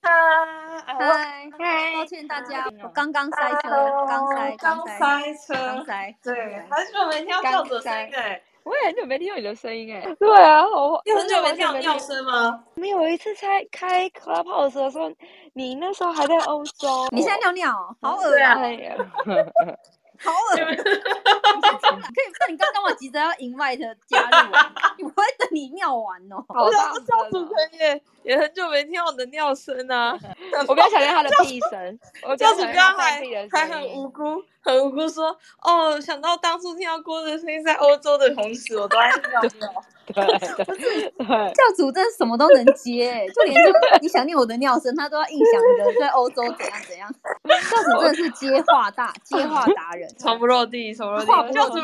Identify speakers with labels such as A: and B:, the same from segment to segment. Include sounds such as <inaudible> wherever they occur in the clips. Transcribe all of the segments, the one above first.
A: 哎
B: 嗨，
C: 嗨
B: 抱歉大家，我刚刚塞车，刚塞，
A: 刚
B: 塞，
A: 塞
B: 刚
A: 车，
B: 塞，
A: 对，很久没听到
C: 刚
A: 叫的声
C: 塞
A: 音哎，
C: 我也很久没听到你的声音哎。对啊，我
A: 你很久没听
C: 听
A: 到尿声吗？
C: 我们有一次在开 Clubhouse 的时候，你那时候还在欧洲。
B: 你现在尿尿哦，好恶
A: 对
B: 啊，
A: 啊
C: 哎呀，
B: 好恶心！你先出来，可以，那你刚刚我急着要 invite 加入啊， <laughs> 你不会等你尿完哦。
C: 好大
A: 叫
C: 声
A: 主持
C: 哦！
A: 人也也很久没听到你的尿声啊，
C: <laughs> 我不要想念他的屁 <laughs> 声，我不
A: 教
C: 要
A: 主
C: 想念
A: 刚
C: 他
A: 还
C: 屁的
A: 还
C: 声
A: 很
C: 音。
A: 无辜，很无辜说，哦，想到当初听到郭的声音在欧洲的同时，我都在尿尿。
C: <laughs> 对对对，
B: 教主真的什么都能接、欸就连就你想念我的尿声，他都要硬想你的在欧洲怎样怎样。教主真的是接话大接话达人，
A: 从不落地，从不
B: 话
A: 落
B: 不
A: 地。
B: 落
A: 教
B: 地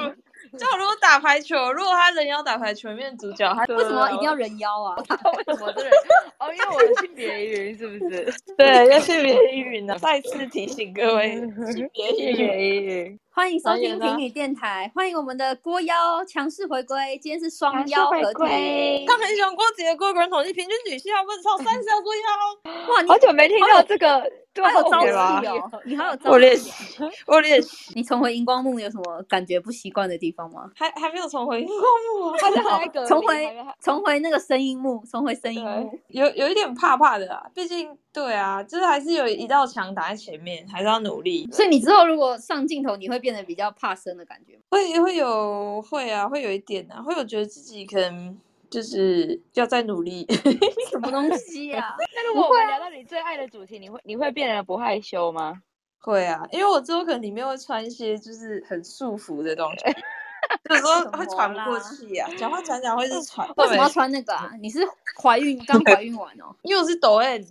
A: 主，教主打排球，如果他人妖打排球，里面主角他
B: 啊为什么一定要人妖啊？
C: 为 <laughs> 什么这人？哦，因为我的性别疑云是 <laughs> 不是？
A: 对要性别疑云呢？再次提醒各位，性别
C: 性
A: 疑云。
C: 别疑云，
B: 欢迎收
A: 导
B: 听
A: 演呢
B: 平女电台，欢迎我们的郭妖强势回归，今天是双
C: 强势
B: 妖
C: 回
B: 合体
C: 归。
A: 高很雄郭杰郭人统计平均女性要问超三十要哦多腰，
B: 哇，你
C: 好久没听到哦这个，对
B: 好有
C: 吧
B: 朝
A: 对吧
B: 气哦，你好有朝
A: 我练
B: 气
A: 习。， <laughs> 我练习，
B: 你重回荧光幕有什么感觉不习惯的地方吗？
A: 还还没有重回荧光幕啊，
C: 他就还在隔离
B: 重
C: 还
B: 回
C: 在
B: 重回那个声音幕，重回声音幕。
A: 对，有有一点怕怕的啊，毕竟对啊，就是还是有一道墙挡在前面，还是要努力，
B: 所以你之后如果上镜头，你会变得比较怕生的感觉吗？
A: 会会有会啊，会有一点啊，会有觉得自己可能就是要再努力， <laughs>
B: 什么东西啊？
C: 那如果我们聊到你最爱的主题，你会你会变得不害羞吗？
A: 会啊，因为我之后可能里面会穿一些就是很束缚的 <laughs> 东西，有时候会喘不过气啊，讲话讲讲会是喘，
B: 为什么要
A: 对？
B: 穿那个啊？你是怀孕刚怀孕完哦？
A: 因为我是抖 M，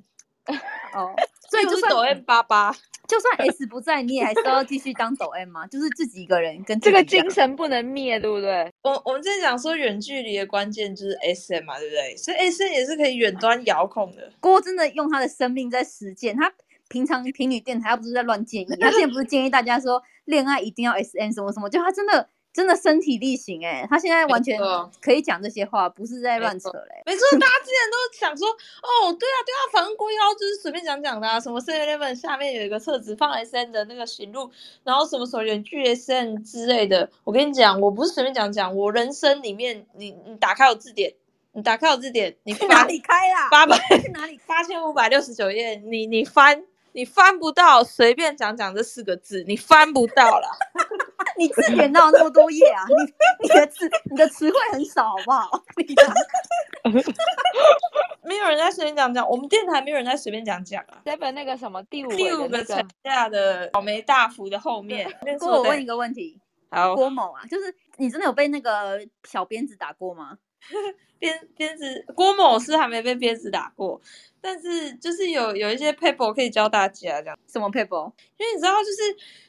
B: 哦，所以
A: 因为我
B: 就
A: 是抖
B: 算
A: M 八八，
B: 就算 S 不在，你也还是要继续当抖 M 吗？就是自己一个人跟自己
C: 这个
B: 讲
C: 精神不能灭，对不对？
A: 我我们之前讲说远距离的关键就是 S M 嘛，对不对？所以 S M 也是可以远端遥控的。
B: 郭真的用他的生命在实践。他平常平女电台，他不是在乱建议，他之前不是建议大家说恋爱一定要 S N 什么什么，就他真的真的身体力行哎、他现在完全
A: 没错
B: 可以讲这些话，不是在乱扯嘞、
A: 没错，大家之前都想说，哦，对啊，对啊，反正郭幺就是随便讲讲的、啊，什么 Seven Eleven 下面有一个厕纸放 S N 的那个行路，然后什么什么远距 S N 之类的。我跟你讲，我不是随便讲讲，我人生里面，你你打开我字典，你打开我字典，你
B: 去
A: 翻
B: 哪里开啦？
A: 八百
B: <laughs> 去哪里？
A: 八千五百六十九页，你你翻。你翻不到，随便讲讲这四个字，你翻不到啦。
B: 你字典哪有那么多页啊？你你的词你的词汇很少，好不好？ <laughs> 你的
A: 没有人在随便讲讲，我们电台没有人在随便讲讲啊。
C: 这本那个什么第五
A: 第五
C: 尾
A: 个
C: 的那
A: 层
C: 个，
A: 架的草莓大福的后面，
B: 郭，我问一个问题，
A: 好，
B: 郭某啊，就是你真的有被那个小鞭子打过吗？
A: 鞭鞭子郭某是还没被鞭子打过，但是就是有有一些 paper 可以教大家这样，
B: 什么 paper？
A: 因为你知道，就是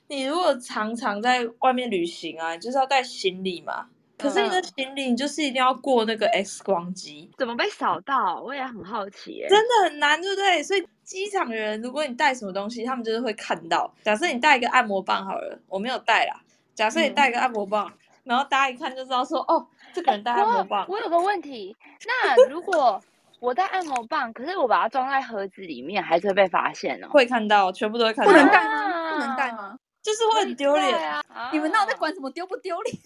A: 你如果常常在外面旅行啊，你就是要带行李
B: 嗯
A: 嘛。可是你的行李，你就是一定要过那个 X 光机，
C: 怎么被扫到？我也很好奇耶。
A: 真的很难，对不对？所以机场的人，如果你带什么东西，他们就是会看到。假设你带一个按摩棒好了，我没有带啦。假设你带一个按摩棒，然后大家一看就知道说，哦，这个人带按摩棒。
C: 我有个问题，那如果我带按摩棒，可是我把它装在盒子里面，还是会被发现哦。
A: 会看到，全部都会看到，
B: 不能
C: 带
B: 带吗？不能带吗？
A: 就是会很丢
C: 对
A: 脸，
C: 啊！
B: 你们那在
C: 啊？
B: 管什么丢不丢脸？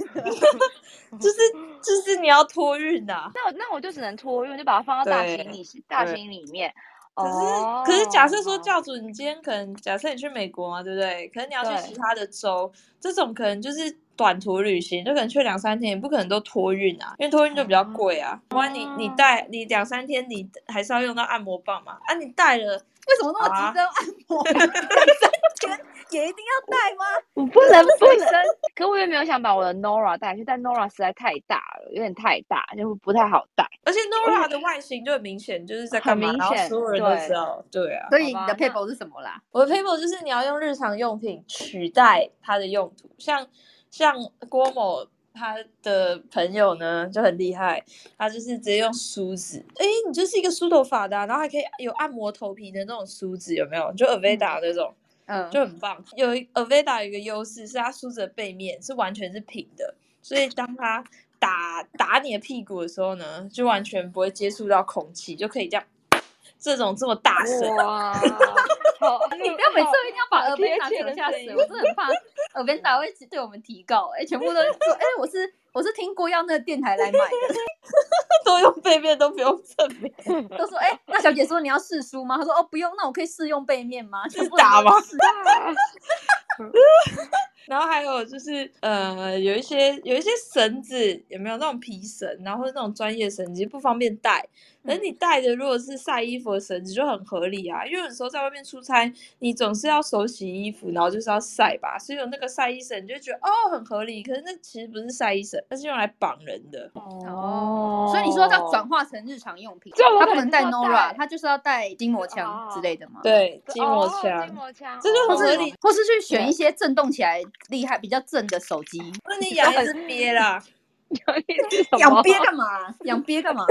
A: 就是就是你要托运啊呐、
C: 那我那我就只能托运，就把它放到大
A: 对
C: 行李大
A: 对
C: 行李里面。
A: 可是、
C: 哦嗯
A: 可是假设说教主，你今天可能假设你去美国嘛，对不对？可能你要去
C: 对
A: 其他的州，这种可能就是短途旅行，就可能去两三天，也不可能都托运啊，因为托运就比较贵啊。
C: 哦
A: 不然你你带你两三天，你还是要用到按摩棒嘛？啊，你带了，
B: 为什么那么急着按摩？两三天也一定要带吗？
C: 我不能
B: 不
A: <laughs>
B: 能
C: 能，可我也没有想把我的 Nora 带去，但 Nora 实在太大了，有点太大，就不太好带。
A: 而且 Nora 的外形就很明显，就是在干嘛，
C: 哦很明
A: 然后
C: 显
A: 所有人都知道，对啊。
B: 所以你
C: 好
B: 的
C: 吧
B: paper 是什么啦？
A: 我的 paper 就是你要用日常用品取代它的用途，像像郭某他的朋友呢就很厉害，他就是直接用梳子，诶，你就是一个梳头发的啊、然后还可以有按摩头皮的那种梳子，有没有？就 Aveda 那种、
B: 嗯，
A: 就很棒。有一 Aveda 有一个优势是它梳子的背面是完全是平的，所以当它打打你的屁股的时候呢，就完全不会接触到空气，就可以这样这种这么大声。
C: 哇，好，
B: 你不要每次都一定要把
C: 好
B: 耳边拿
C: 贴切的
B: 扯下
C: 声
B: 水，
C: 音
B: 我真的很怕耳边打会对我们提告，哎、全部都是说，哎、我是我是听过要那个电台来买的，
A: <laughs> 都用背面都不用正面，
B: 都说，哎、那小姐说你要试书吗？她说，哦，不用，那我可以试用背面吗？全部
A: 打
B: 人都
A: 吗
B: 试
A: 然后还有就是呃，有一些有一些绳子有没有那种皮绳，然后或者那种专业绳子不方便带，可是
C: 嗯
A: 你带的如果是晒衣服的绳子就很合理啊，因为有时候在外面出差，你总是要手洗衣服，然后就是要晒吧，所以有那个晒衣绳你就觉得哦很合理，可是那其实不是晒衣绳，那是用来绑人的。
B: 哦，所以你说要转化成日常用品，
C: 这我
B: 他不能
C: 感觉
B: 带
C: 要
B: Nora，
C: 带
B: 他就是要带筋膜枪之类的吗？。
A: 对，筋膜
C: 哦
A: 枪。
C: 筋膜枪，
A: 这就
B: 或
A: 很合
B: 是
C: 哦
A: 理
B: 或是去选一些震动起来厉害、比较震的手机。
A: 那你养
C: <laughs>
A: 一只鳖啦，
C: 有啊一只什
B: 养
C: 么
B: 鳖
C: <laughs>
B: 干嘛？养鳖干嘛？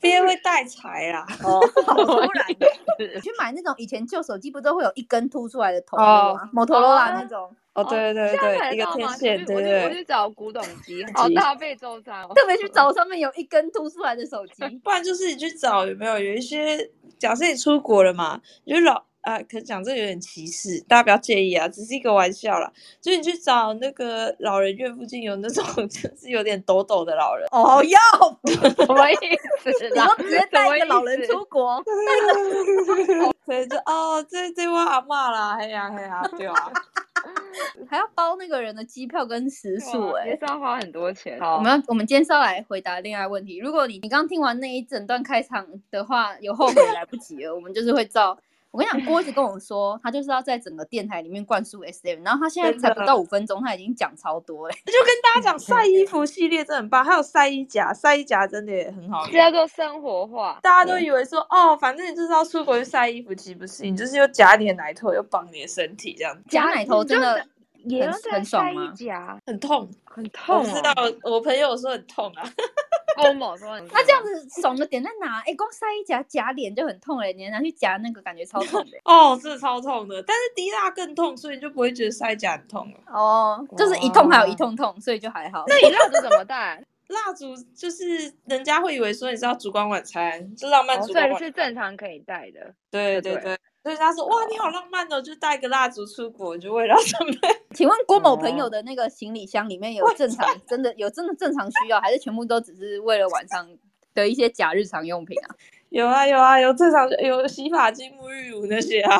A: 鳖会带财啦。
B: 哦，好突然哦。
C: <laughs> 是哦
B: 你去买那种以前旧手机不都会有一根凸出来的头吗？摩托罗拉那种，
A: 哦，对对对
C: 现在
A: 对，
C: 买得
A: 一个
C: 到
A: 天
C: 吗
A: 线，
C: 我
A: 对对
C: 去我去我
A: 对。
C: 去找古董 <laughs> 机，好大费周章哦。
B: 特别去找上面有一根凸出来的手
C: 啊
B: 机。
A: 不然就是你去找有没有有一些，假设你出国了嘛，你就老啊，可能讲这个有点歧视，大家不要介意啊，只是一个玩笑啦。就是你去找那个老人院附近有那种 <laughs> 就是有点抖抖的老人，
B: 哦哟，
C: <laughs> 什么意 <laughs> 思
B: 你
C: 啦
B: 说？直接带一个老
C: 什么
B: 人
C: 意思
B: 出国，
A: 所以就哦，这这我阿嬷啦，嘿呀嘿呀，对啊，
B: 还要包那个人的机票跟食宿、
C: 哇
B: 欸，
C: 也是要花很多钱。哎好
B: 我们要我们今天是要来回答恋爱问题。如果你你刚听完那一整段开场的话，有后悔来不及了。我们就是会照。 <laughs> 我跟你讲，郭一直跟我说，他就是要在整个电台里面灌输 S M，然后他现在
A: 真的
B: 才不到五分钟，他已经讲超多了。
A: 就跟大家讲晒衣服系列真的很棒，还有晒衣夹，晒衣夹真的也很好用
C: 这叫做生活化。
A: 大家都以为说哦，反正你就是要出国去晒衣服，其实不是，你就是又夹你的奶头，又绑你的身体，这样
B: 夹奶头真的
C: 也要
B: 很
C: 再
B: 很爽
C: 塞一
B: 吗
C: 夹，
A: 很痛。哦
C: 很痛哦
A: 我知道，我朋友说很痛啊。 <laughs>
C: 欧某说很痛，
B: 那这样子爽的点在哪？哎、光塞一夹夹脸就很痛哎、你还拿去夹那个感觉超痛的
A: 哦，这超痛的，但是滴蜡更痛，所以你就不会觉得塞甲很痛了。
B: 哦，就是一痛还有一痛痛，所以就还好。
C: 那你蜡烛怎么带？
A: 蜡烛就是人家会以为说你是要烛光晚餐，就浪漫
C: <laughs> 哦
A: 烛
C: 所
A: 光
C: 以
A: 晚餐，
C: 是正常可以带的。
A: 对
C: 对
A: 对对。所以他说：“哇，你好浪漫哦，就带个蜡烛出国，就为了要准备。
B: 请问郭某朋友的那个行李箱里面有正常真的有真的正常需要，还是全部都只是为了晚上的一些假日常用品啊？
A: <laughs> 有啊有啊有正常有洗发精、沐浴乳那些啊，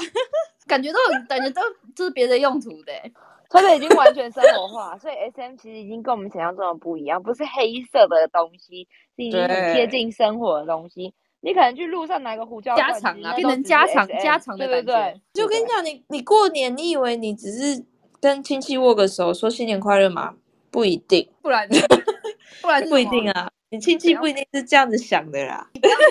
B: 感觉都有感觉都就是别的用途的欸、
C: 所以已经完全生活化，所以 S M 其实已经跟我们想象中的不一样，不是黑色的东西，是已经很贴
A: 对
C: 近生活的东西。你可能去路上拿个胡椒
B: 家
C: 罐
B: 常
C: 其实
B: 啊
C: 那
B: 变
C: 都
B: 成
C: 只
B: 家
C: 是
B: 常
C: SM
B: 家常的
C: 对对
B: 感
C: 对，
A: 就跟你讲，你你过年，你以为你只是跟亲戚握个手，说新年快乐吗？不一定，
B: 不然呢不然是
A: 不一
B: 什么
A: 定啊，你亲戚不一定是这样子想的啦。
C: 什么意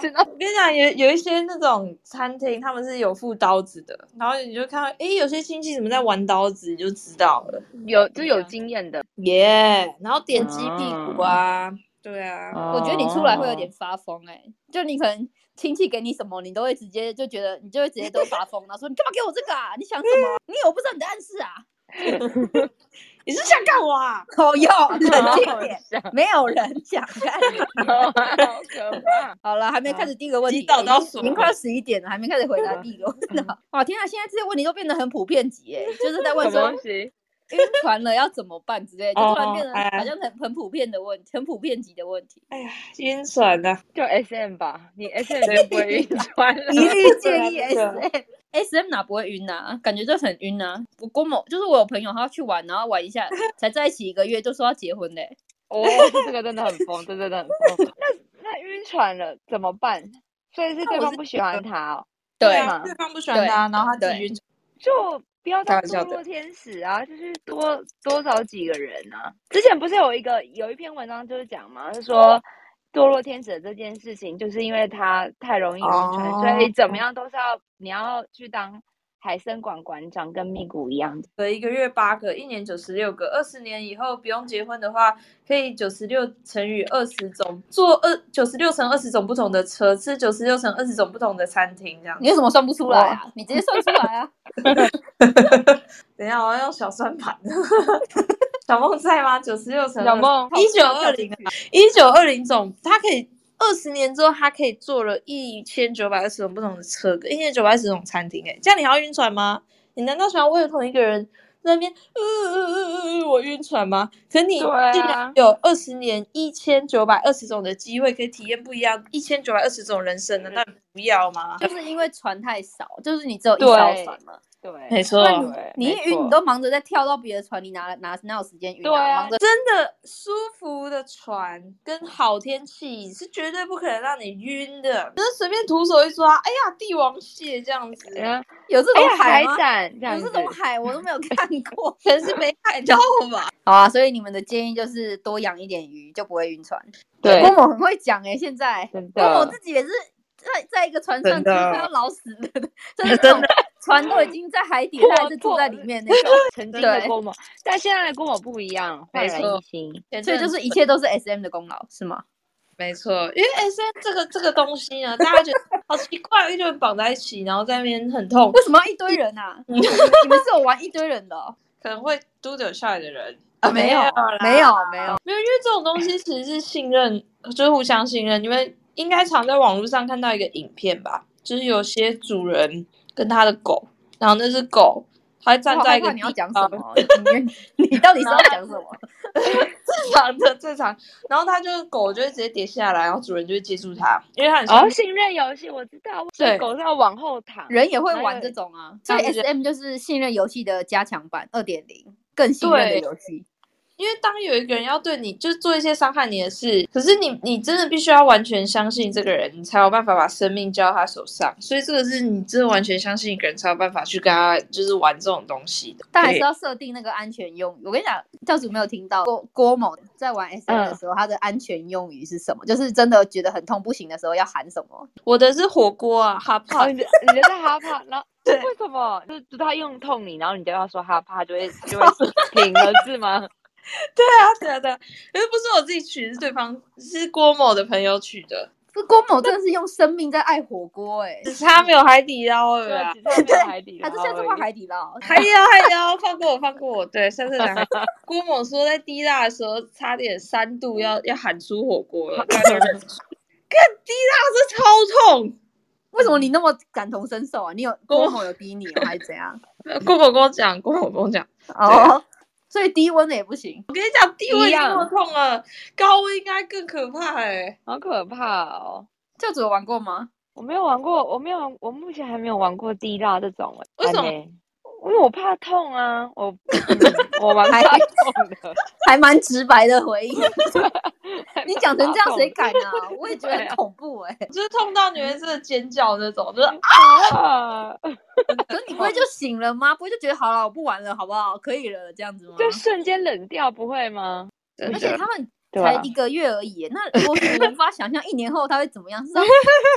C: 思呢？
A: 我跟你讲，有有一些那种餐厅，他们是有附刀子的，然后你就看到，诶，有些亲戚怎么在玩刀子，你就知道了，
C: 有就有经验的，
A: 耶、然后点鸡屁股啊，对啊，
B: 我
C: 我
B: 觉得你出来会有点发疯哎、就你可能亲戚给你什么，你都会直接就觉得你就会直接都发疯，然后说你干嘛给我这个啊？你想什么？你有不知道你的暗示 <laughs> 啊？
A: 你是想干我啊？
B: 口要哦冷静
C: <laughs> 好
B: 点，
C: 像
B: 没有人讲暗示。
C: 哦好可怕。
B: 好了，还没开始第一个问题，欸
A: 击倒
B: 已
A: 老
B: 经
A: 鼠
B: 已经快要十一点了，还没开始回答第一个问题。 <laughs> 哇，天啊，现在这些问题都变得很普遍级哎，就是在问
C: 什么
B: 说
C: 东西？
B: 晕船了要怎么办之类的，就
A: 哦
B: 突然变得
A: 哎
B: 好像很很普遍的问，很普遍级的问题。
A: 晕船的、
C: 就 S M 吧，你 S M 就不会晕船了
B: 一。律 <laughs> 建议
A: <laughs> 对
B: S
A: 啊
B: M。S M 哪不会晕啊？感觉就很晕啊！我郭某就是我有朋友，他要去玩，然后玩一
C: <laughs>
B: 下才在一起一个月，就说要结婚嘞、
C: <laughs> 哦，这个真的很疯，这真的很疯。那那晕船了怎么办？所以是对
A: 我
C: 方
A: 是
C: 不喜欢他哦，
B: 对，
C: 吗
A: 啊，对方不喜欢他，然后他自己晕船，
C: 就不要
A: 开
C: 当
A: 玩笑
C: 堕
A: 的
C: 落天使啊，就是多多找几个人啊。之前不是有一个有一篇文章就是讲嘛，是说堕落天使的这件事情，就是因为他太容易晕船，所以
B: 哦
C: 怎么样都是要你要去当海参馆馆长，跟咪咕一样的。
A: 可一个月八个，一年九十六个，二十年以后不用结婚的话，可以九十六乘以二十种，坐二九十六乘二十种不同的车，吃九十六乘二十种不同的餐厅，这样
B: 你。为什么算不出来啊？你直接算出来
C: <laughs>
B: 啊！
A: 等一下，我要用小算盘。小梦在吗？九十六乘
C: 小梦
A: 一九二零，一九二零种，它可以二十年之后，他可以做了一千九百二十种不同的车，跟一千九百二十种餐厅、欸，哎，这样你还要晕船吗？你难道想要为了同一个人在那边，呃呃呃呃呃，我晕船吗？可你竟
C: 对啊
A: 然有二十年一千九百二十种的机会，可以体验不一样一千九百二十种人生，难道你不要吗？
B: 就是因为船太少，就是你只有一艘
C: 对
B: 船嘛。
C: 对，
A: 没错
C: 对
B: 你一
C: 没
B: 晕，
C: 错
B: 你都忙着在跳到别的船，你哪哪哪有时间晕
C: 对啊
B: 忙着
A: 真的舒服的船跟好天气是绝对不可能让你晕的，就是随便徒手一抓，哎呀，帝王蟹这样子，。
C: 嗯
B: 有这
C: 哎
B: 种
C: 呀，
B: 海
C: 海
B: 吗？
C: 胆这样
B: 有
C: 子
B: 这，种海我都没有看
C: <laughs>
B: 过
A: 可能是没看到吧。
B: <laughs> 好啊，所以你们的建议就是多养一点鱼，就不会晕船。
C: 对
B: 郭某很会讲哎、现在
C: 真
B: 郭某
C: 的
B: 自己也是在在一个船上
A: 真的
B: 快要老死了的， <laughs> 就是这种船都已经在海 <laughs> 底，他还是住在里面那种。
C: 曾经的
B: 对
C: 郭某，但现在的郭某不一样，焕
A: 没
C: 然
A: 错
C: 一新。
B: 所以就是一切都是 S M 的功劳，是吗？
A: 没错，因为 S N 这个这个东西呢， <laughs> 大家觉得好奇怪，一堆人绑在一起，然后在那边很痛，
B: <laughs> 为什么要一堆人啊？ <laughs> 你们你们是有玩一堆人的哦、
A: 可能会嘟掉下来的人
B: 啊？没有
A: 啦，
B: 没有，没有。
A: <laughs> 没有，因为这种东西其实是信任，就是互相信任。你们应该常在网络上看到一个影片吧，就是有些主人跟他的狗，然后那只狗还
B: 我
A: 站
B: 好
A: 在
B: 害
A: 一个
B: 怕你要
A: 地
B: 讲
A: 方
B: 什么？哦你你到底是要讲什么？
A: 正常的正常，然后它就狗就会直接跌下来，然后主人就会接住它，因为它很像
C: 哦，信任游戏我知道，
A: 对
C: 狗是要往后躺，
B: <laughs> 人也会
C: 哪
B: 玩
C: 有
B: 这种啊，所以
A: 他们
B: S
A: 就
B: M 就是信任游戏的加强版二点零，更信任
A: 对
B: 的游戏。
A: 因为当有一个人要对你就是做一些伤害你的事，可是你你真的必须要完全相信这个人，你才有办法把生命交到他手上。所以这个是你真的完全相信一个人才有办法去跟他就是玩这种东西的。
B: 但还是要设定那个安全用语。我跟你讲，教主没有听到郭郭某在
C: 嗯
B: 玩 S M 的时候，他的安全用语是什么？就是真的觉得很痛不行的时候要喊什么？
A: 我的是火锅啊，哈
C: 哦，
A: 泡 <laughs>
C: 你的你的在哈帕，然后
A: 对
C: 为什么？就是他用痛你，然后你就要说哈
B: <laughs>
C: 帕，就会就会停了是吗？
A: 啊，对啊对啊，可是不是我自己取，是对方是郭某的朋友取的，
B: 这郭某真的是用生命在爱火锅
C: <laughs>
B: 哎、
A: 只差没有海底捞而已
C: 对
A: 啊
C: 啊，。只是没有海底捞
B: 还是
C: 而已，
B: 下次换海底捞？
A: 还有还有，放过我，放过我。对，上次讲 <laughs> 郭某说在低辣的时候，差点三度要要喊出火锅 <laughs> 了，感觉看低辣是超痛。
B: 为什
C: 嗯
B: 么你那么感同身受啊？你有
A: 郭
B: 郭某有逼你
C: <laughs>
B: 吗还是怎样？
A: 郭某跟我讲，郭某跟我讲，
C: 啊
B: 哦，所以低温的也不行。
A: 我跟你讲，低温已
C: 一
A: 经
C: 样
A: 那么痛了，高温应该更可怕哎、
C: 好可怕哦！
B: 教主有玩过吗？
C: 我没有玩过，我没有玩，我目前还没有玩过地辣这种欸。
A: 为什么
C: 还没？因为我怕痛啊，
B: <laughs>
C: 我嗯我蛮怕痛的。
B: 还蛮直白的回
C: <laughs>
B: 应。<laughs>
C: 还
B: 你
C: 蛮
B: 讲成
C: 怕
B: 这样
C: 痛
B: 谁
C: 的
B: 敢
C: <laughs>
B: 啊？我也觉得很
C: 对啊
B: 恐怖
C: <laughs>
B: 哎、
A: 就是痛到你会真的尖叫那种，就是啊，
C: 啊？
B: 可是你不会就醒了吗？不会就觉得好了，我不玩了，好不好？可以了，这样子吗？
C: <laughs> 就瞬间冷掉，不会吗？
A: 真
B: 而且
A: 的
B: 他们
C: 对啊
B: 才
C: 吧
B: 一个月而已，
C: <laughs>
B: 那我我无法想象一年后他会怎么样，是要直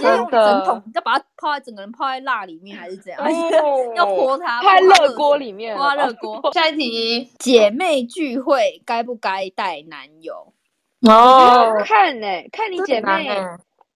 B: 接用
C: 真的
B: 整桶，要把它泡在整个人泡在蜡里面，还是怎样？还是
A: 哦
B: 要泼它？
C: 太
B: 泼它
C: 嗯热
B: 水
C: 锅，里面哦
B: 泼
C: 了
B: 它
C: 吧。
B: 热锅。
A: 下一题
B: 姐妹聚会该不该带男友？
A: 哦，
C: 看呢、看你
A: 这
C: 姐
A: 很难
C: 妹，
A: 欸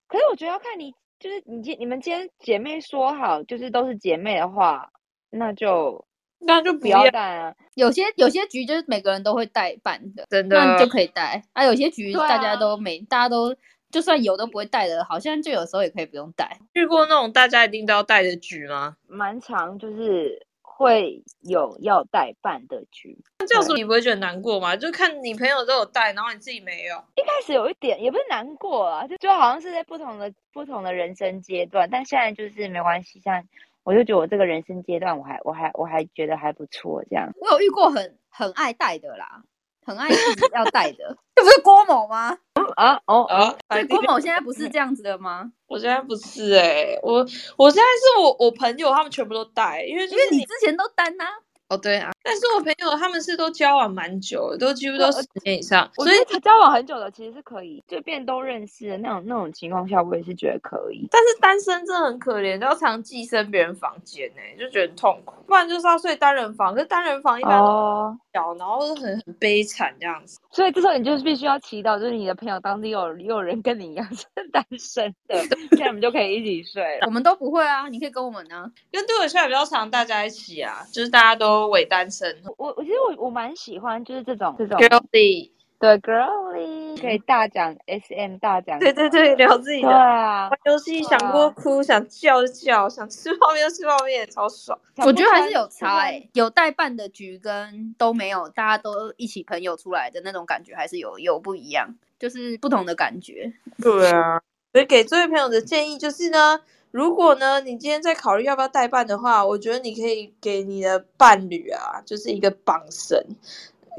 C: 可是我觉得要看你，就是你今你们今天姐妹说好，就是都是姐妹的话，那就
A: 那就
C: 不
A: 不
C: 要
A: 要
C: 带啊。
B: 有些有些局就是每个人都会代办的，
A: 真
B: 那你就
A: 的，
B: 可以带啊。有些局
C: 对啊
B: 大家都没，大家都就算有都不会带的，好像就有时候也可以不用带。
A: 遇过那种大家一定都要带的局吗？
C: 蛮长，就是会有要代办的局。
A: 那这样子你不会觉得难过吗？就看你朋友都有带，然后你自己没有。
C: 一开始有一点也不是难过啊，就就好像是在不同的不同的人生阶段，但现在就是没关系，像我就觉得我这个人生阶段，我还我还我还觉得还不错这样。
B: 我有遇过很很爱带的啦，很爱自己要带
C: <laughs>
B: 的，这不是郭某吗？
C: 啊哦，
A: 啊，
B: 所以郭某现在不是这样子的吗？
A: 我现在不是哎、我我现在是我我朋友他们全部都带，因为就
B: 因为
A: 是
B: 你之前都单呐、
A: 哦对啊，但是我朋友他们是都交往蛮久的，都几乎都
C: 我
A: 十年以上，
C: 我
A: 所以
C: 觉得交往很久的其实是可以，就变都认识的那种那种情况下，我也是觉得可以。
A: 但是单身真的很可怜，要常寄生别人房间哎、就觉得很痛苦，不然就是要睡单人房，可是单人房一般都
C: 哦，
A: 小，然后很很悲惨这样子。
C: 所以这时候你就是必须要祈祷，就是你的朋友当中有 <laughs> 有人跟你一样是单身的，这样你们就可以一起睡 <laughs> 了。
B: 我们都不会啊，你可以跟我们啊。
A: 跟对我现在比较常大家一起啊，就是大家都伪单身
C: 我我其实我我蛮喜欢就是这种这种
A: ，girly
C: 对 girly 可以大讲 SM 大讲，
A: 对对对，，聊自己
C: 对
A: 的。
C: 啊
A: 玩，游戏想哭哭，想叫就叫，想吃泡面就吃泡面，超爽。
B: 我觉得还是有差哎、
C: 哎。
B: 有代办的局跟都没有，大家都一起朋友出来的那种感觉还是有有不一样，就是不同的感觉。
A: 对啊，所以给这位朋友的建议就是呢，如果呢你今天在考虑要不要代办的话，我觉得你可以给你的伴侣啊，就是一个绑绳，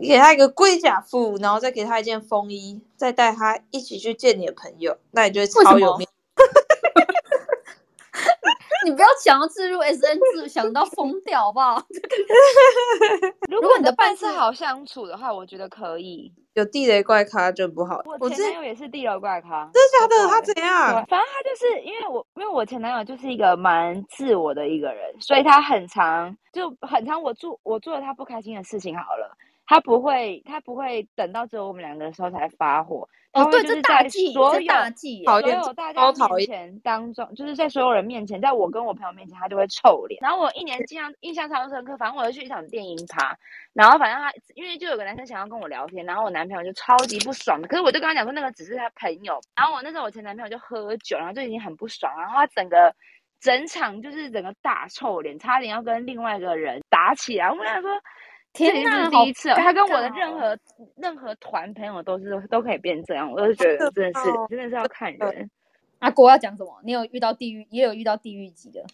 A: 给他一个龟甲服，然后再给他一件风衣，再带他一起去见你的朋友，那你就会超有
B: <laughs>
A: 面。
B: 你不要想要置入 S N 字，想到疯掉好不好？
C: 如
B: 如
C: 果
B: 果
C: 你
B: 你
C: 的
B: 的
C: 伴
B: 伴
C: 是
B: 是
C: 好相处的话，我觉得可以。
A: 有地雷怪咖就不好，
C: 我
A: 我
C: 前
A: 这
C: 男友也是地柔怪咖，
A: 真的假的？他
C: 对
A: 怎样？
C: 反正他就是因为我，因为我前男友就是一个蛮自我的一个人，所以他很常就很常我做我做了他不开心的事情好了，他不会他不会等到只有我们两个的时候才发火，他
B: 哦，
C: 会
B: 对，
C: 就是
B: 这大
C: 在
B: 忌，
C: 所
B: 这
C: 有
B: 大忌、
A: 好
B: 欸。
C: 所
A: 厌
C: 有大家
A: 超讨
C: 面
A: 厌
C: 前当中，就是在所有人面前，在我跟我朋友面前，他就会臭脸。然后我一年印象印象超深刻，反正我就去一场电音趴，然后反正他因为就有个男生想要跟我聊天，然后我男朋友就超级不爽的，可是我就跟他讲说那个只是他朋友，然后我那时候我前男朋友就喝酒，然后就已经很不爽，然后他整个。整场就是整个大臭脸，差点要跟另外一个人打起来。我们俩说，
B: 天
C: 这已经
B: 哪
C: 不是
B: 好
C: 第一次了。他
B: 尴
C: 跟我的
B: 尬
C: 任
B: 哦
C: 何任何团朋友都是都可以变这样，我就觉得
A: 可
C: 真的是
A: 怕哦
C: 真的是要看人。
B: 阿国要讲什么？你有遇到地狱，也有遇到地狱级的。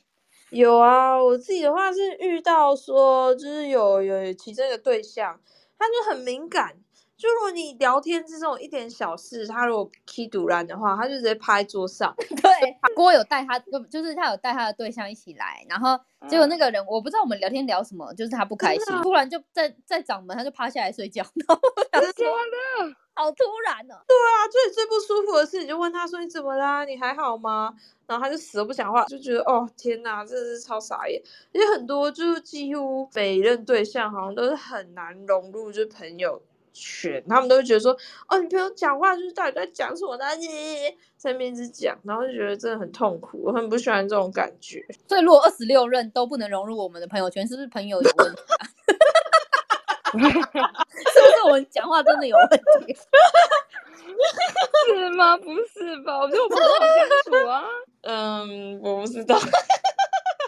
A: 有啊，我自己的话是遇到说，就是有有其中一个对象，他就很敏感。就如果你聊天这种一点小事，他如果踢独然的话，他就直接趴在桌上。
B: 对，郭有带他，就就是他有带他的对象一起来，然后结果那个人我不知道我们聊天聊什么，就是他不开心，突然就在在掌门他就趴下来睡觉， <laughs> 然后我想
C: 天
B: 说好突然哦、
A: 啊，最最不舒服的是，你就问他说你怎么啦？你还好吗？然后他就死都不讲话，就觉得哦天哪，真的是超傻眼。而且很多就是几乎每一任对象好像都是很难融入就是朋友圈，他们都会觉得说哦你朋友讲话就是到底在讲什么东西，在面一直讲，然后就觉得真的很痛苦，我很不喜欢这种感觉。
B: 所以如果二十六任都不能融入我们的朋友圈，是不是朋友有问题、啊？ <laughs> 是不是我们讲话真的有问题？ <laughs>
C: 是吗？不是吧？我觉得我们很好相处啊。
A: 嗯，我不知 <laughs> 道，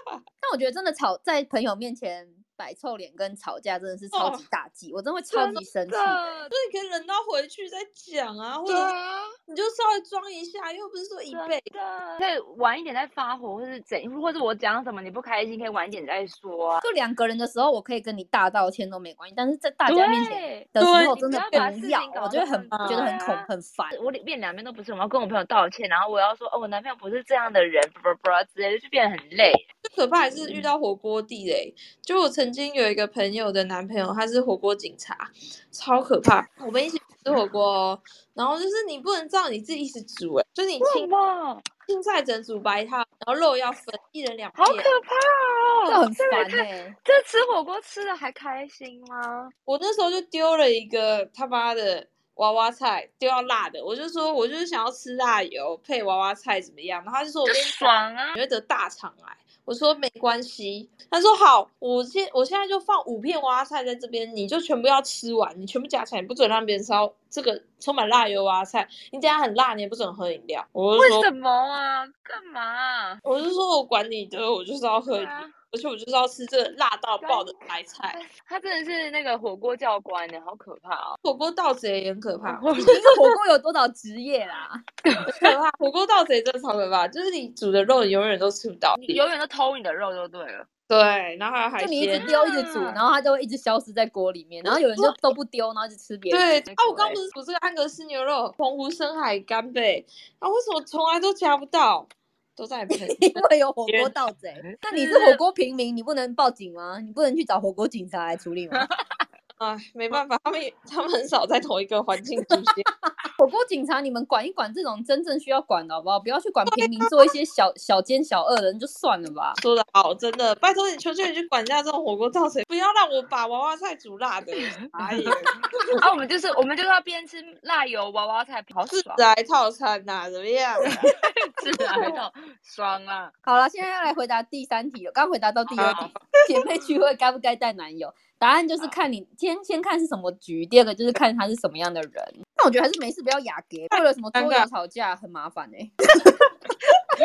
B: 但我觉得真的吵在朋友面前摆臭脸跟吵架真的是超级大忌，哦我真的会超级生气。
C: 的
A: 那你可以忍到回去再讲啊，或啊
C: 对
A: 者
C: 啊，
A: 你就稍微装一下，又不是说一辈子。
C: 真的再晚一点再发火，或是怎，或者我讲什么你不开心，可以晚一点再说啊。
B: 就两个人的时候，我可以跟你大道歉都没关系，但是在大家面前
C: 对。
B: 的
A: 对
B: 时候
C: 你
B: 真
C: 不
B: 的
C: 要
B: 不
C: 把事情
B: 要
C: 搞
B: 我
C: 得
B: 觉得很
C: 那么
B: 觉得很
C: 大
B: 恐很烦。
C: 我里面两边都不是，我要跟我朋友道歉，然后我要说哦，我男朋友不是这样的人，不不不之类的，就变得很累。
A: 最可怕还是遇到火锅地雷。就我曾经有一个朋友的男朋友，他是火锅警察，超可怕。我们一起吃火锅、哦，然后就是你不能照你自己一直煮、欸，就你青
C: 哇，
A: 青菜整煮白汤，然后肉要分，一人两
C: 好
A: 片。
C: 可怕
B: 这
C: 哦！
B: 很烦哎、
C: 这吃火锅吃的还开心吗？
A: 我那时候就丢了一个他妈的娃娃菜，丢到辣的，我就说我就是想要吃辣油配娃娃菜怎么样？然后他就说我
C: 就
A: 跟你讲
C: 爽啊！
A: 你会得大肠癌。我说没关系，他说好，我现我现在就放五片娃娃菜在这边，你就全部要吃完，你全部夹起来，你不准让别人烧这个充满辣油娃娃菜，你等一下很辣，你也不准喝饮料。我就
C: 为
A: 说，
C: 什么啊？干嘛啊、
A: 我就说我管你的，我就是要喝饮
C: 对
A: 料，
C: 啊？
A: 而且我就是要吃这个辣到
B: 啊
A: 爆的白菜。
C: 他真的是那个火锅教官呢，好可怕哦！
A: 火锅盗贼也很可怕，
B: 你一个火锅有多少职业啦？
A: 可怕，火锅盗贼真的超可怕，就是你煮的肉你永远都吃不到。
C: 你永远都偷你的肉就对了。 <laughs>
A: 对，然后还有海
B: 就你一直
A: 鲜。
B: 丢一直
C: 啊
B: 煮，然后它就会一直消失在锅里面，然后有人就都不丢，然后就吃别人。
A: 对
C: 那
A: 啊，
C: 个
A: 我刚
C: 欸
A: 不是煮这个安格斯牛肉、澎湖深海干贝，啊，为什么从来都夹不到，都在你盆
B: 因为有火锅盗贼，那你是火锅平民，你不能报警吗？你不能去找火锅警察来处理吗？
A: 哎，没办法，他们也他们很少在同一个环境出现。
B: 火锅警察，你们管一管这种真正需要管的好不好？不要去管平民做一些小小奸小恶的人就算了吧。
A: 说的好，真的，拜托你，求求你去管一下这种火锅造成，不要让我把娃娃菜煮辣的。哎呀，
C: 啊，我们就是我们就是要边吃辣油娃娃菜，好
A: 自
C: 爽，
A: 来套餐呐、怎么样、啊？
C: 吃
B: 哦
C: 的还到爽
B: <laughs>
C: 啊！
B: 好了，现在要来回答第三题了。刚回答到第二题，姐妹聚会该不该带男友？答案就是看你先先看是什么局，第二个就是看他是什么样的人。那我觉得还是没事不要雅给，为了什么桌
A: 尴
B: 游
A: 尬
B: 吵架很麻烦哎、
A: <laughs>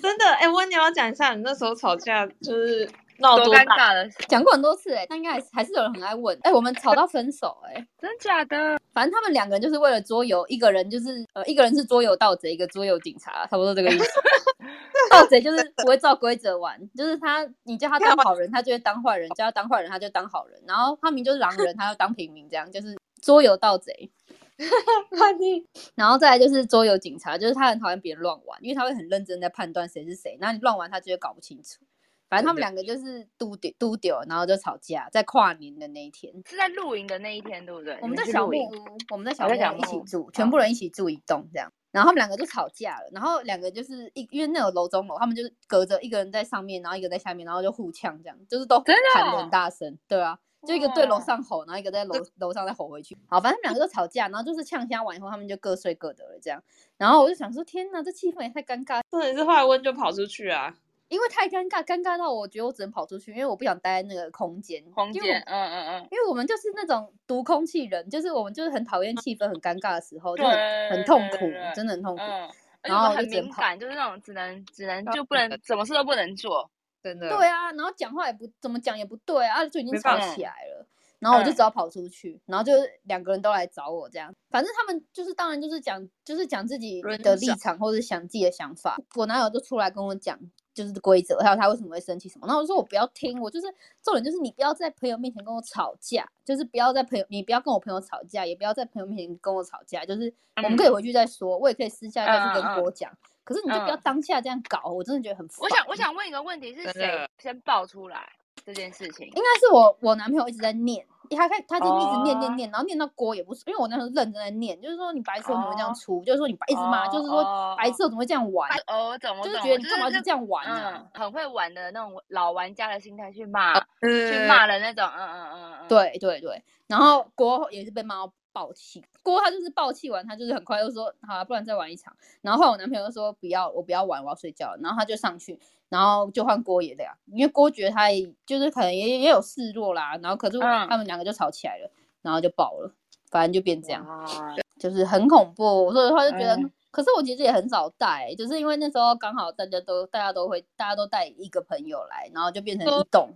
A: 真的，哎、温，你要讲一下你那时候吵架就是闹
C: 多
A: 多
C: 尴
A: 大？
C: 尬的事，
B: 讲过很多次哎、但应该还是还是有人很爱问哎、我们吵到分手哎、
C: 真假的？
B: 反正他们两个人就是为了桌游，一个人就是呃，一个人是桌游盗贼，一个桌游警察，差不多这个意思。盗贼就是不会照规则玩，就是他你叫他当好人，他就会当坏人；叫他当坏人，他就当好人。然后他明明就是狼人，他要当平民，这样就是桌游盗贼。然后再来就是桌游警察，就是他很讨厌别人乱玩，因为他会很认真在判断谁是谁，然后你乱玩他就会搞不清楚。反正他们两个就是嘟丢嘟丢，然后就吵架，在跨年的那一天。
C: 是在露营的那一天，对不对？
B: 我们在
C: 你去
B: 小
C: 露
B: 木
C: 营哦
B: 屋，我们在小
C: 在
B: 木
C: 小
B: 屋一
C: 木
B: 起
C: 屋
B: 住，全部人一起住一栋这样。然后他们两个就吵架了，然后两个就是一因为那有楼中楼，他们就是隔着一个人在上面，然后一个在下面，然后就互呛这样，就是都
C: 真的
B: 喊得
C: 哦
B: 很大声，对啊，就一个对楼
C: 哇
B: 上吼，然后一个
C: <laughs>
B: 在楼楼上再吼回去。好，反正他们两个就吵架，然后就是呛虾完以后，他们就各睡各的了这样。然后我就想说，天呐，这气氛也太尴尬了，
A: <laughs> 重点是后来温就跑出去啊，
B: 因为太尴尬，尴尬到我觉得我只能跑出去，因为我不想待在那个空间，
C: 空
B: 因为我
C: 间，嗯嗯嗯，
B: 因为我们就是那种读空气人，就是我们就是很讨厌气氛很尴尬的时候，就
C: 对
B: 很很痛苦
C: 对对对，
B: 真的很痛苦。
C: 嗯。而且
B: 然
C: 我
B: 后
C: 们很
B: 就只能
C: 敏
B: 跑
C: 感，就是那种只能只能
A: 要
C: 就不能
A: 忍
C: 什么事都不能做，
A: 真的。
B: 对啊，然后讲话也不怎么讲也不对啊，就已经
A: 没
B: 吵
A: 办
C: 法
B: 起来了。然后我就
C: 嗯
B: 只好跑出去，然后就是两个人都来找我这样，反正他们就是当然就是讲就是讲自己
A: 轮
B: 的立
A: 掌
B: 场或者想自己的想法。我男友就出来跟我讲就是规则，还有他为什么会生气什么。然后我说我不要听，我就是重点就是你不要在朋友面前跟我吵架，就是不要在朋友你不要跟我朋友吵架，也不要在朋友面前跟我吵架，就是我们可以回去再说，我也可以私下再去
C: 嗯嗯嗯
B: 跟
C: 嗯
B: 郭讲。可是你就不要
C: 嗯
B: 当下这样搞，我真的觉得很烦。
C: 我想我想问一个问题，是
A: 真
C: 谁
A: 的
C: 先爆出来这件事情？
B: 应该是我我男朋友一直在念，他开他就一直念念
C: 哦
B: 念，然后念到锅也不是，因为我那时候认真在念，就是说你白痴怎么会这样
C: 哦
B: 出，就是说你白一直骂，就是说
C: 哦
B: 白痴怎么会这样玩，
C: 哦，我懂，我
B: 就是
C: 懂，
B: 觉得
C: 我
B: 你
C: 就
B: 干嘛
C: 是
B: 是这样玩
C: 嗯
B: 啊？，
C: 很会玩的那种老玩家的心态去骂，去
A: 嗯，
C: 骂人那种，嗯嗯嗯嗯，，
B: 哦对对对，然后锅也是被骂到爆气，锅他就是爆气完，他就是很快就说好、啊，不然再玩一场。然后后来我男朋友就说不要，我不要玩，我要睡觉了。然后他就上去，然后就换郭也这样，因为郭觉得他也就是可能也也有示弱啦，然后可是
C: 嗯
B: 他们两个就吵起来了，然后就爆了，反正就变这样。
C: 哇，
B: 就是很恐怖。我说的话就觉得，
C: 嗯
B: 可是我其实也很少带，欸就是因为那时候刚好大家都大家都会大家都带一个朋友来，然后就变成一栋，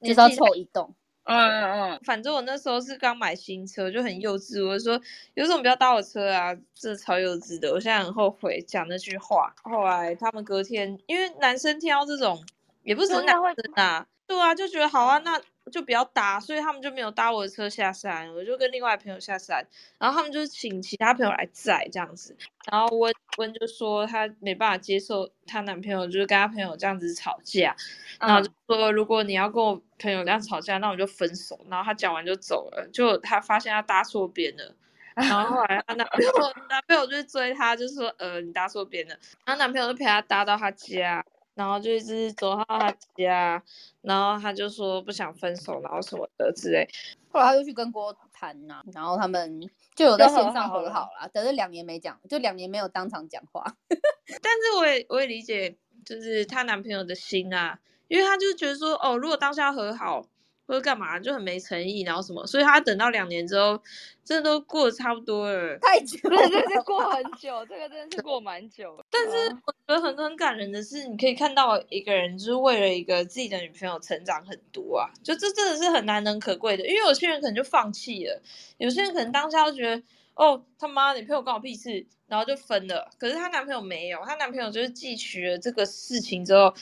B: 就是要凑一栋。
C: 嗯嗯嗯，
A: 反正我那时候是刚买新车，就很幼稚，我就说有种不要搭我车啊，真的超幼稚的。我现在很后悔讲那句话。后来他们隔天，因为男生听到这种，也不是只是
C: 真的
A: 男
C: 会
A: 生啊，对啊，就觉得好啊，那就不要搭，所以他们就没有搭我的车下山，我就跟另外朋友下山，然后他们就请其他朋友来载这样子。然后温温就说她没办法接受她男朋友就是跟她朋友这样子吵架，然后
C: 嗯
A: 就说如果你要跟我朋友这样吵架，那我就分手。然后他讲完就走了，就他发现他搭错边了。然后后来她男朋友男朋友就追她，就说呃你搭错边了。然后男朋友就陪她搭到她家，然后就一直走到她家，然后她就说不想分手，然后什么的之类。
B: 后来他就去跟郭谈呐、然后他们就有在
C: 就和
B: 线上
C: 好
B: 和
C: 了
B: 好啦，但是两年没讲，就两年没有当场讲话。
A: 但是我也我也理解，就是她男朋友的心啊，因为她就觉得说，哦，如果当下和好或者干嘛，就很没诚意，然后什么，所以她等到两年之后，真的都过得差不多了。
B: 太久
C: 这个真的是过很久，这个真的是过蛮久的，嗯但是
A: 我觉得很很感人的是，你可以看到一个人就是为了一个自己的女朋友成长很多啊，就这真的是很难能可贵的。因为有些人可能就放弃了，有些人可能当下就觉得，哦，他妈女朋友关我屁事，然后就分了。可是她男朋友没有，她男朋友就是汲取了这个事情之后，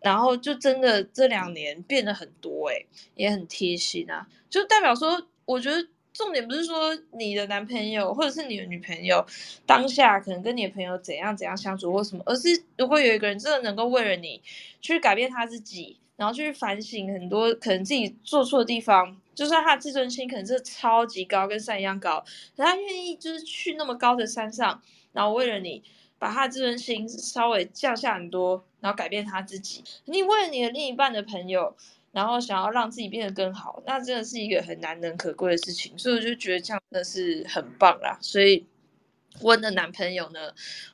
A: 然后就真的这两年变得很多、欸，也很贴心啊，就代表说，我觉得。重点不是说你的男朋友或者是你的女朋友当下可能跟你的朋友怎样怎样相处或什么，而是如果有一个人真的能够为了你去改变他自己，然后去反省很多可能自己做错的地方，就算他的自尊心可能是超级高，跟山一样高，可他愿意就是去那么高的山上，然后为了你把他的自尊心稍微降下很多，然后改变他自己。你为了你的另一半的朋友，然后想要让自己变得更好，那真的是一个很难能可贵的事情。所以我就觉得这样真的是很棒啦。所以温的男朋友呢，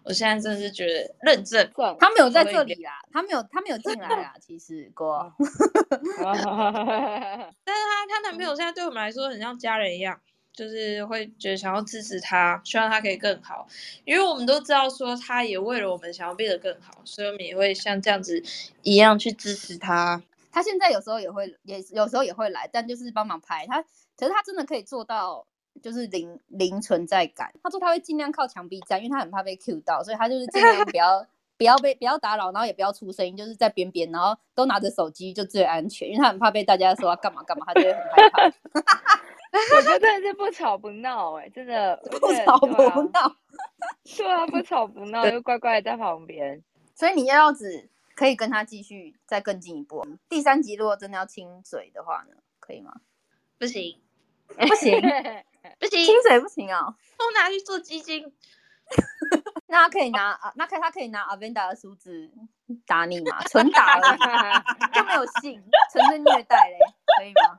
A: 我现在真的是觉得认证
C: 算
B: <laughs> 他没有在这里啦，他没有他没有进来
C: <laughs>
B: 啦。其实
C: 哦
B: 哥，
C: 了。
A: 但是她她男朋友现在对我们来说很像家人一样，就是会觉得想要支持她，希望她可以更好，因为我们都知道说她也为了我们想要变得更好，所以我们也会像这样子一样去支持她。
B: 他现在有时候也会，也有时候也会来，但就是帮忙拍他。可是他真的可以做到，就是零零存在感。他说他会尽量靠墙壁站，因为他很怕被 Q 到，所以他就是尽量不要 <laughs> 不要被不要打扰，然后也不要出声音，就是在边边，然后都拿着手机就最安全，因为他很怕被大家说他干嘛干嘛，他就会很害怕。
C: <laughs> 我觉得真的是不吵不闹，哎，真的
B: <laughs> 不吵不
C: 闹，
B: 闹。
C: 对啊，不吵不闹，就乖乖地在旁边。
B: 所以你要样子可以跟他继续再更进一步。哦第三集如果真的要亲嘴的话呢，可以吗？
A: 不行
B: 不行，
A: 不行，
B: <laughs> 亲嘴不行哦。
A: 都拿去做基金，
B: 那他可以拿啊，那可以他可以拿 Avenda 的梳子打你嘛，纯打而已，
C: <laughs>
B: 就没有性，纯粹虐待嘞，可以吗？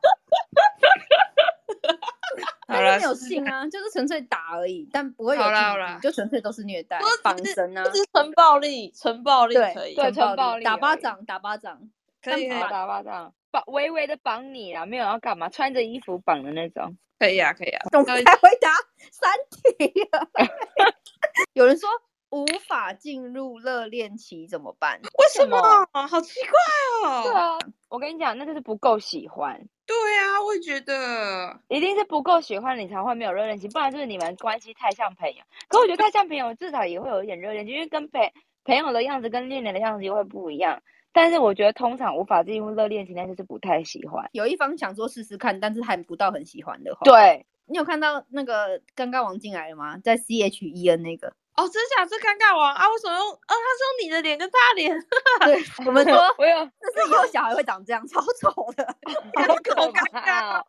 A: 好
B: 但
A: 了
B: 是没有性啊，就是纯粹打而已，但不会有
A: 好啦
B: 禁
A: 好
B: 忌
A: 啦
B: 就纯粹都是虐待
A: 我只是，
B: 绑绳啊
A: 这，是纯暴力，纯暴力可以，
B: 对，
C: 对
B: 纯
C: 纯暴力
B: 打巴
C: 而已
B: 掌，打巴掌，
A: 可以可以
C: 好打巴掌，绑微微的绑你啦，没有要干嘛，穿着衣服绑的那种。
A: 可以啊可以啊，
B: 总
A: 对
B: 才回答三题了。 <laughs> 有人说无法进入热恋期怎么办？
A: 为什
C: 什么
A: 么？好奇怪
C: 对
A: 哦。
C: 啊，我跟你讲，那就是不够喜欢，
A: 对啊，我也觉得，哦
C: 一定是不够喜欢你才会没有热恋期，不然就是你们关系太像朋友。可我觉得太像朋友，至少也会有一点热恋期，因为跟朋朋友的样子跟恋人的样子又会不一样。但是我觉得通常无法进入热恋期，那就是不太喜欢。
B: 有一方想说试试看，但是还不到很喜欢的话。，
C: 对，
B: 你有看到那个刚刚王进来了吗？在 C H E N 那个，
A: 哦，真假是尴尬王啊？为什么用？哦，他是用你的脸跟他的脸，
B: 对我们说
C: 我有
B: 这是以后小孩会长这样，超丑的。
C: 好
A: 好
C: 可怕哦！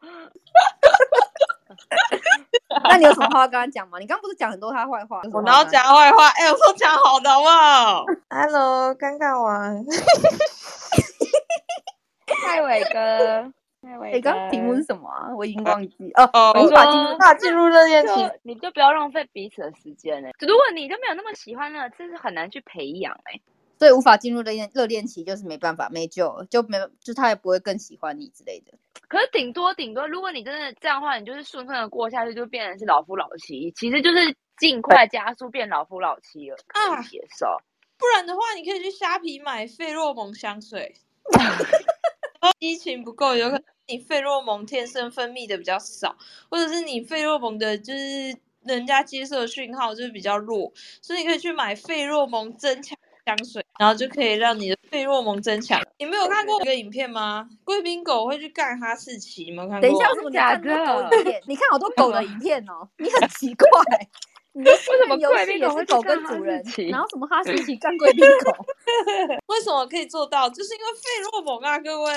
B: 那你有什么话要跟他讲吗？你刚不是讲很多他坏话？有什么啊
A: 我哪
B: 话
A: 有
B: 吗
A: 讲坏话？哎、我都讲好的好不好？Hello，尴尬王，
C: 泰伟哥，泰伟
B: 哎，刚刚题目是什么啊？我已经忘记哦。
A: 哦
B: 无
C: 我
B: 法进入
C: 说
A: 怕进入热恋
C: 就啊你就不要浪费彼此的时间呢、如果你都没有那么喜欢了，这是很难去培养哎、
B: 所以无法进入热恋热恋期，就是没办法，没救了，就没就他也不会更喜欢你之类的。
C: 可是顶多顶多，如果你真的这样的话，你就是顺顺的过下去，就变成是老夫老妻，其实就是尽快加速变老夫老妻了，可以接受。
A: 不然的话，你可以去虾皮买费洛蒙香
B: <laughs>
A: 水。然后激情不够，有可能你费洛蒙天生分泌的比较少，或者是你费洛蒙的就是人家接受的讯号就是比较弱，所以你可以去买费洛蒙增强香水，然后就可以让你的费洛蒙增强。你没有看
B: 嗯
A: 过一个影片吗？贵宾狗会去干哈士奇，有没有看过？
B: 等一下，为什么你看
C: 真
B: 那
C: 的
B: 么
C: 假
B: 多
C: 的
B: 影片？你看好多狗的影片哦，你很奇
C: <laughs>
B: 怪。你的新
C: 为什么
B: 人游
C: 贵
B: 戏
C: 宾
B: 也
C: 狗
B: 是
C: 会
B: 狗
C: 去干
B: 跟
C: 哈
B: 主
C: 士
B: 人
C: 奇，
B: 然后什么哈士
C: <laughs>
B: 奇干贵宾狗，
A: 为什么可以做到？就是因为费洛蒙啊，各位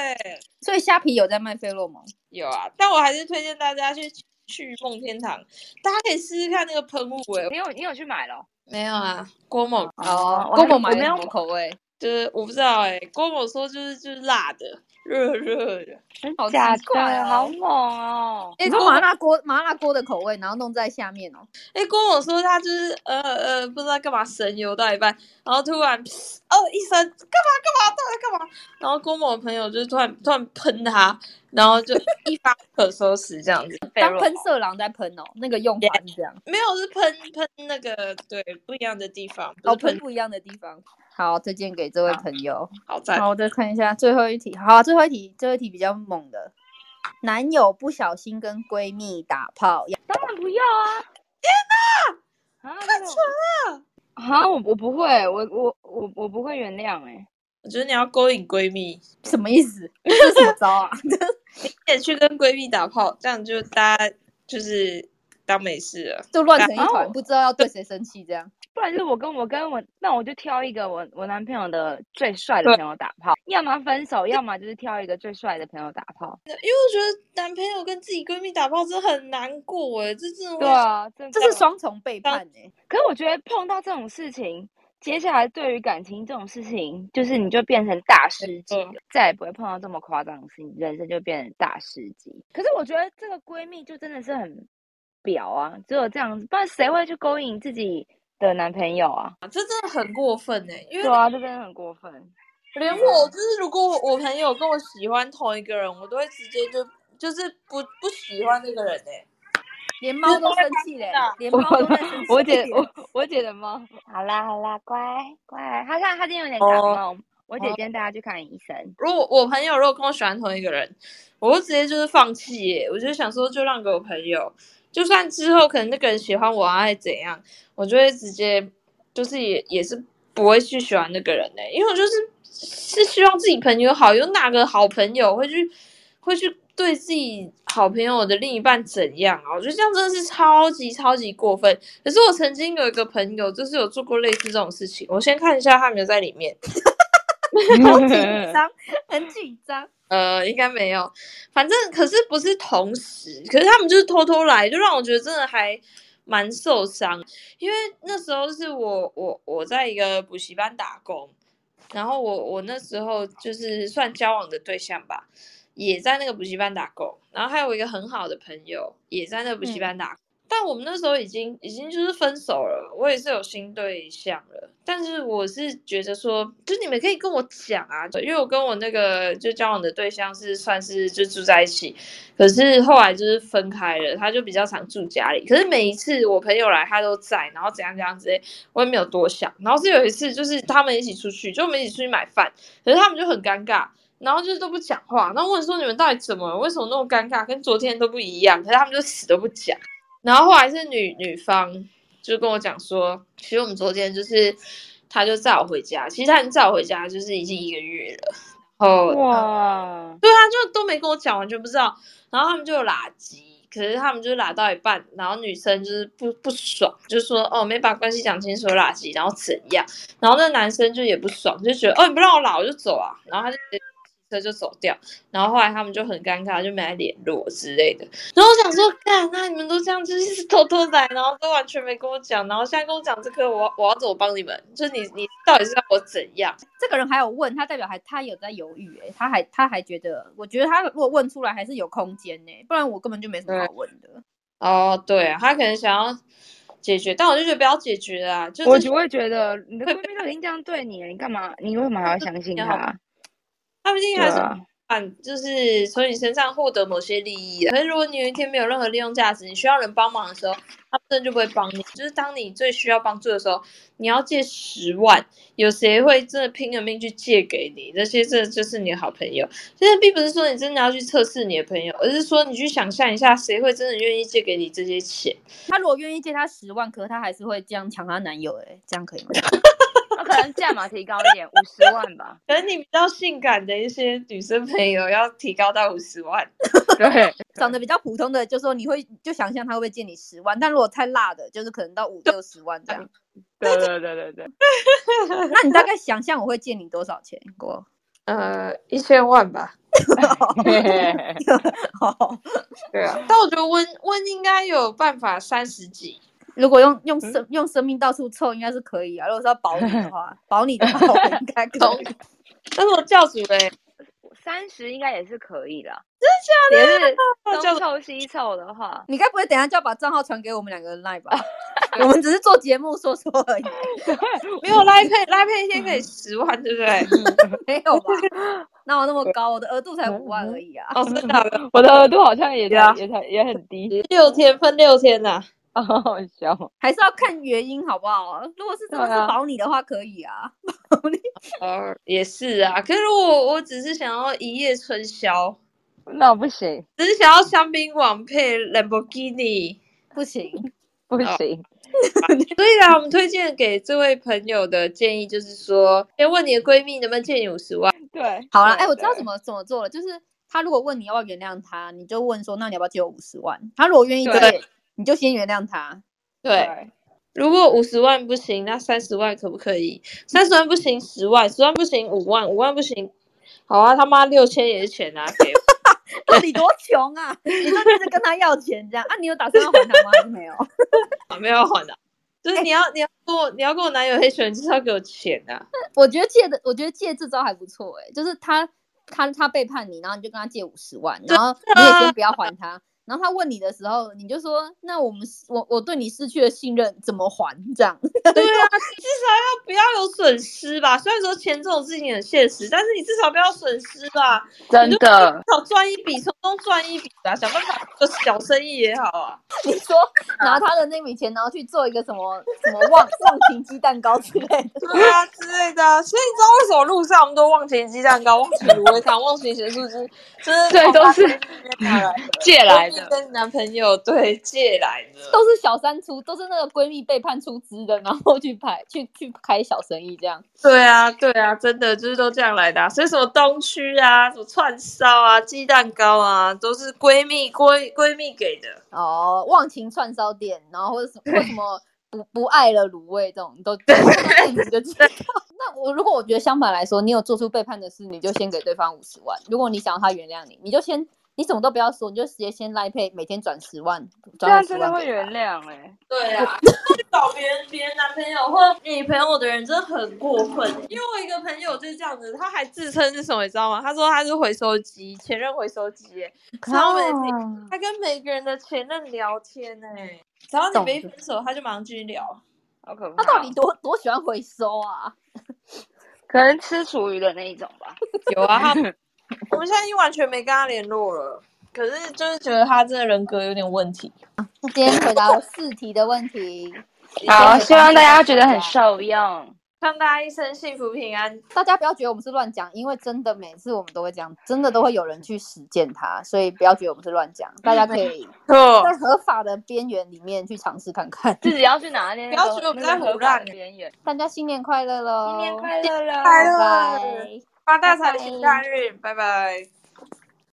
B: 所以虾皮有在卖费洛蒙。
A: 有啊，但我还是推荐大家去去梦天堂，大家可以试试看那个喷雾、欸。
C: 你有你有去买了？
A: 没有啊，郭某
B: 哦，
C: 我
B: 跟我
C: 还
B: 买
C: 没
B: 什
C: 有
B: 么口味？
A: 就是我不知道哎、郭某说就是就是辣的，热热的。
C: 真
B: 好奇
C: 假
B: 怪哦
C: 的，好猛哦！
B: 哎，
A: 哎
B: 你说麻辣锅麻辣锅的口味，然后弄在下面哦。
A: 哎、郭某说他就是呃呃不知道干嘛神游到一半，然后突然噗哦一声干嘛干嘛到底干嘛，然后郭某的朋友就是突然突然喷他，然后就一发不可收拾这样子。
B: 当喷色狼在喷哦，那个用法是这样，
A: 没有是喷喷那个对不一样的地方，不
B: 哦，
A: 是
B: 喷
A: 喷
B: 不一样的地方。好，推荐给这位
C: 好
B: 朋友。
A: 好在
B: 好，我再看一下最后一题。好、最后一题，最后一题比较猛的。男友不小心跟闺蜜打炮，要
C: 当然不要啊！天哪，太蠢
A: 了！
C: 啊，我我不会，我我我我不会原谅哎、
A: 我觉得你要勾引闺蜜，
B: 什么意思？ <laughs> 这是什么招啊？
A: 你也去跟闺蜜打炮，这样就大家就是当没事了。
B: 就乱成一团，
C: 哦
B: 不知道要对谁生气，这样
C: 不然就是我跟我跟我，那我就挑一个我我男朋友的最帅的朋友打炮，要么分手，要么就是挑一个最帅的朋友打炮。
A: 因为我觉得男朋友跟自己闺蜜打炮真的很难过哎，这真的会
C: 对啊，这
B: 这是。双重背叛哎、
C: 可是我觉得碰到这种事情，接下来对于感情这种事情，就是你就变成大师级了，再也不会碰到这么夸张的事情，人生就变成大师级。可是我觉得这个闺蜜就真的是很表啊，只有这样子，不然谁会去勾引自己的男朋友啊？
A: 这真的很过分哎、因
C: 对
A: 为
C: 啊，这真的很过分。
A: 连我就是，如果我朋友跟我喜欢同一个人，我都会直接就就是不不喜欢那个人哎、
B: 连猫都生气嘞，连
C: 我
B: 猫都在生气。
C: 我姐我我姐的猫， <laughs> 好啦好啦，乖乖，她看她今天有点感
A: 哦
C: 冒，我姐今天带她去看医生。
A: 如果我朋友如果跟我喜欢同一个人，我就直接就是放弃耶，我就想说就让给我朋友，就算之后可能那个人喜欢我啊，还是怎样，我就会直接就是也也是不会去喜欢那个人呢，因为我就是是希望自己朋友好，有哪个好朋友会去会去对自己好朋友的另一半怎样啊？我觉得这样真的是超级超级过分。可是我曾经有一个朋友，就是有做过类似这种事情，我先看一下他有没有在里面。
B: 好
C: <laughs> 嗯
B: 紧张，很紧张。
A: 呃，应该没有，反正可是不是同时，可是他们就是偷偷来，就让我觉得真的还蛮受伤，因为那时候是我我我在一个补习班打工，然后我我那时候就是算交往的对象吧，也在那个补习班打工，然后还有一个很好的朋友也在那个补习班打工，但我们那时候已经已经就是分手了，我也是有新对象了，但是我是觉得说，就你们可以跟我讲啊，因为我跟我那个就交往的对象是算是就住在一起，可是后来就是分开了，他就比较常住家里，可是每一次我朋友来他都在，然后怎样怎样之类，我也没有多想，然后是有一次就是他们一起出去，就我们一起出去买饭，可是他们就很尴尬。然后就是都不讲话，然后问说你们到底怎么了，为什么那么尴尬，跟昨天都不一样？可是他们就死都不讲。然后后来是女女方就跟我讲说，其实我们昨天就是，他就载我回家，其实他已经载我回家，就是已经一个月了。然后
C: 哇，
A: 对啊，就都没跟我讲，完全不知道。然后他们就有拉鸡，可是他们就是拉到一半，然后女生就是不不爽，就说哦没把关系讲清楚拉鸡，然后怎样？然后那男生就也不爽，就觉得哦你不让我拉我就走啊，然后他就直接骑车就走掉。然后后来他们就很尴尬，就没来联络之类的。然后我想说，干，那你们都这样，就是一直偷偷来，然后都完全没跟我讲，然后现在跟我讲这个，我我要怎么帮你们？就是你你到底是要我怎样？
B: 这个人还有问他，代表还他有在犹豫、欸，他还他还觉得，我觉得他如果问出来还是有空间呢、不然我根本就没什么好问的。
A: 哦，对、啊，他可能想要解决，但我就觉得不要解决啊，就是
C: 我就会觉得你的闺蜜都已经这样对你了，你干嘛？你为什么还要相信
A: 也好
C: 她？
A: 他毕竟
C: 对
A: 还是
C: 啊，
A: 嗯，就是从你身上获得某些利益啊。可是如果你有一天没有任何利用价值，你需要人帮忙的时候，他们真的就不会帮你。就是当你最需要帮助的时候，你要借十万，有谁会真的拼了命去借给你？那些这就是你的好朋友。现在并不是说你真的要去测试你的朋友，而是说你去想象一下，谁会真的愿意借给你这些钱？
B: 他如果愿意借他十万，可是他还是会这样抢他男友、欸，这样可以吗？
C: 那可能价码提高一点，五十万吧。
A: 可能你比较性感的一些女生朋友要提高到五十万。
C: <laughs> 对，
B: 长得比较普通的，就说你会就想象他会不会借你十万，但如果太辣的，就是可能到五六十万这样。
C: 对对对对 <laughs> 对，
B: 那你大概想象我会借你多少钱？郭，
A: 呃，一千万吧。
B: <laughs> 好，
A: 对啊，但我觉得温温应该有办法三十几。
B: 如果用
C: 嗯
B: 用生用生命到处凑，应该是可以啊。如果是要保你
C: <laughs>
B: 的话，保你的话，我应该可以。
A: 但是我教主嘞，
C: <laughs> 三十应该也是可以啦。真的假的？
A: 就
C: 东凑西凑的话，
B: 你该不会等一下就要把账号传给我们两个人
C: <laughs>
B: 来吧？我们只是做节目说说而已，
A: 没有拉配，拉配一天可以十万，对不 <laughs> 对？
B: 没有吧？哪有那么高？我的额度才五
C: 嗯
B: 万而已啊！
A: 哦，真的，
C: 我的 <laughs> 额度好像也
A: 对啊
C: 也才也很低，
A: 六天分六天呐、
C: 好好笑。
B: 还是要看原因好不好？如果是真的
C: 对啊
B: 是保你的话，可以啊。
A: 哦，也是啊。可是如果我只是想要一夜春宵，
C: 那不行
A: 只是想要香槟王配兰博基尼。
B: 不行，
C: 不
A: 哦
C: 行，
A: 所以啊，我们推荐给这位朋友的建议就是说，先问你的闺蜜能不能借你五十万。
C: 对，
B: 好了，
C: 对
B: 哎、我知道
C: 对
B: 怎么怎么做了，就是他如果问你要不要原谅他，你就问说，那你要不要借我五十万？他如果愿意
C: 对
B: 借，你就先原谅
C: <laughs>
B: 他。
A: 对，如果五十万不行，那三十万可不可以？三十万不行，十万；十万不行，五万；五万不行，好啊，他妈六千也是钱啊，给我。
B: 到底多穷啊？你就一直跟他要钱这样啊？你有打算要还他吗？ <laughs> 还是没有？
A: 啊，没有 <laughs> 还的、就是你要、你要跟我你要跟我男友黑选，就是要给我钱啊。
B: 我觉得借的，我觉得借这招还不欸
C: 啊
B: 错哎、就是他他他背叛你，然后你就跟他借五十万，然后你也先不要还他，然后他问你的时候，你就说：“那我们我我对你失去了信任怎么还？”这样， <laughs>
A: 对啊，至少要不要有损失吧？虽然说钱这种事情很现实，但是你至少不要损失吧，
C: <laughs> 真
A: <laughs>
C: 的，
A: 至少赚一笔，从中赚一笔吧，想办法做小生意也好啊。
B: 你说拿他的那笔钱，然后去做一个什么什么忘忘情鸡蛋糕之类的。
A: <laughs> 对啊之类的啊。所以你知道为什么路上我们都忘情鸡蛋糕、忘情卤味汤、 <laughs> 忘情咸酥鸡，就是
C: 对都是
A: 拿来的
C: 借来
A: 都是
C: 的。
A: 跟男朋友对借来的。
B: 都是小三出，都是那个闺蜜背叛出资的，然后去拍去去开小生意这样。
A: 对啊，对啊，真的就是都这样来的、啊。所以什么东区啊，什么串烧啊、鸡蛋糕啊，都是闺蜜闺闺蜜给的。
B: 哦，忘情串烧店，然后或者什么或什么不不爱了卤味这种，都看你就知道。那我如果我觉得相反来说，你有做出背叛的事，你就先给对方五十万。如果你想要他原谅你，你就先你什么都不要说，你就直接先赖配，每天转十万，
C: <laughs> 这
B: 转
C: 样啊真
B: 十
C: 的
B: 万
C: 会
B: 给
C: 原
B: 他。
C: 谅哎、
A: 对 <laughs> 啊，找别人别人男朋友或女朋友的人真的很过分。因为我一个朋友就是这样子，他还自称是什么，你知道吗？他说他是回收机，前任回收机耶，然后每天
B: 啊
A: 他跟每个人的前任聊天呢、只要你没分手，他就马上继续聊。
C: 好可怕！
B: 他到底多多喜欢回收啊？
C: 可能吃厨余的那一种吧？
A: 有啊，他 <laughs> 我们现在已经完全没跟他联络了。可是就是觉得他这个人格有点问题。
B: 那今天回答我四题的问题，
C: 好，希望大家觉得很受用。
A: 向大家一生幸福平安。
B: 大家不要觉得我们是乱讲，因为真的每次我们都会这样，真的都会有人去实践它，所以不要觉得我们是乱讲，大家可 <laughs> 以
A: 错
B: 在合法的边缘里面去尝试看看。
C: 自己要去哪里？
A: 不要觉得我们在胡乱欸
C: 边缘。哦
B: 大家新年快乐喽！
C: <laughs> 新年快乐啦！
A: 快乐
B: 拜拜。
A: 发大财，平安日，拜拜。